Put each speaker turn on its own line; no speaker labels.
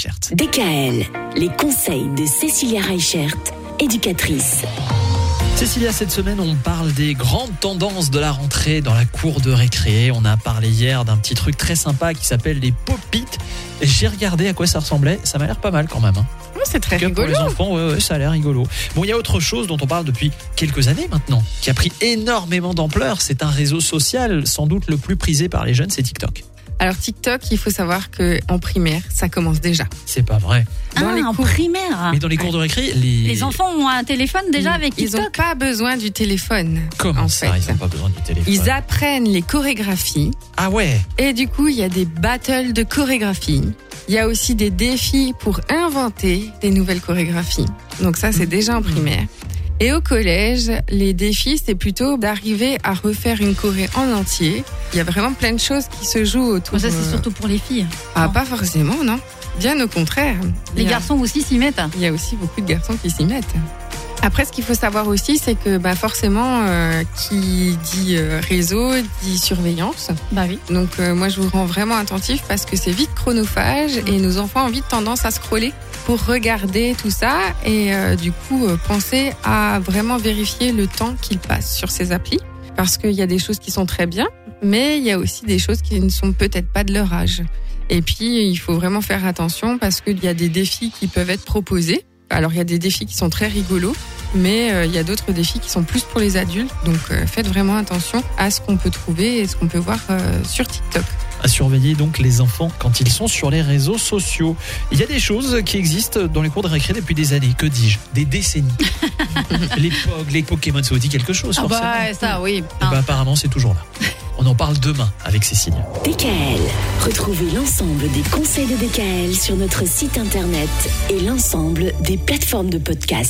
Reichert.
DKL, les conseils de Cécilia Reichert, éducatrice.
Cécilia, cette semaine, on parle des grandes tendances de la rentrée dans la cour de récré. On a parlé hier d'un petit truc très sympa qui s'appelle les pop Et J'ai regardé à quoi ça ressemblait. Ça m'a l'air pas mal quand même. hein.
Oh, C'est très
que pour les
rigolo.
enfants, ouais, ouais, ça a l'air rigolo. Bon, il y a autre chose dont on parle depuis quelques années maintenant, qui a pris énormément d'ampleur. C'est un réseau social sans doute le plus prisé par les jeunes, c'est TikTok.
Alors TikTok, il faut savoir que en primaire, ça commence déjà.
C'est pas vrai.
Dans
ah,
les
en
cours.
primaire.
Mais dans les cours de récré, les,
Les enfants ont un téléphone déjà avec
Ils n'ont
TikTok.
pas besoin du téléphone.
Comment
en
ça
fait.
Ils n'ont pas besoin du téléphone.
Ils apprennent les chorégraphies
Ah ouais
et du coup, il y a des battles de chorégraphie. Il y a aussi des défis pour inventer des nouvelles chorégraphies. Donc ça, c'est déjà en primaire. Et au collège, les défis, c'est plutôt d'arriver à refaire une choré en entier. Il y a vraiment plein de choses qui se jouent autour.
Bon, ça, c'est
euh,
surtout pour les filles.
Ah, pas forcément, non. Bien au contraire.
Les
Il y a-
garçons aussi s'y mettent.
il y a aussi beaucoup de garçons qui s'y mettent. Après, ce qu'il faut savoir aussi, c'est que bah, forcément, euh, qui dit euh, réseau, dit surveillance.
Bah oui.
Donc euh, moi, je vous rends vraiment attentif parce que c'est vite chronophage et nos enfants ont vite tendance à scroller pour regarder tout ça et euh, du coup, euh, penser à vraiment vérifier le temps qu'ils passent sur ces applis parce qu'il y a des choses qui sont très bien, mais il y a aussi des choses qui ne sont peut-être pas de leur âge. Et puis, il faut vraiment faire attention parce qu'il y a des défis qui peuvent être proposés. Alors, il y a des défis qui sont très rigolos, mais euh, il y a d'autres défis qui sont plus pour les adultes. Donc, euh, faites vraiment attention à ce qu'on peut trouver et ce qu'on peut voir euh, sur TikTok.
à surveiller donc les enfants quand ils sont sur les réseaux sociaux. Il y a des choses qui existent dans les cours de récré depuis des années, que dis-je Des décennies. les POG, les Pokémon, ça vous dit quelque chose
Ah
forcément
bah ça, oui.
Eh ben, apparemment, c'est toujours là. On en parle demain avec Cécile.
DKL, retrouvez l'ensemble des conseils de DKL sur notre site internet et l'ensemble des plateformes de podcast.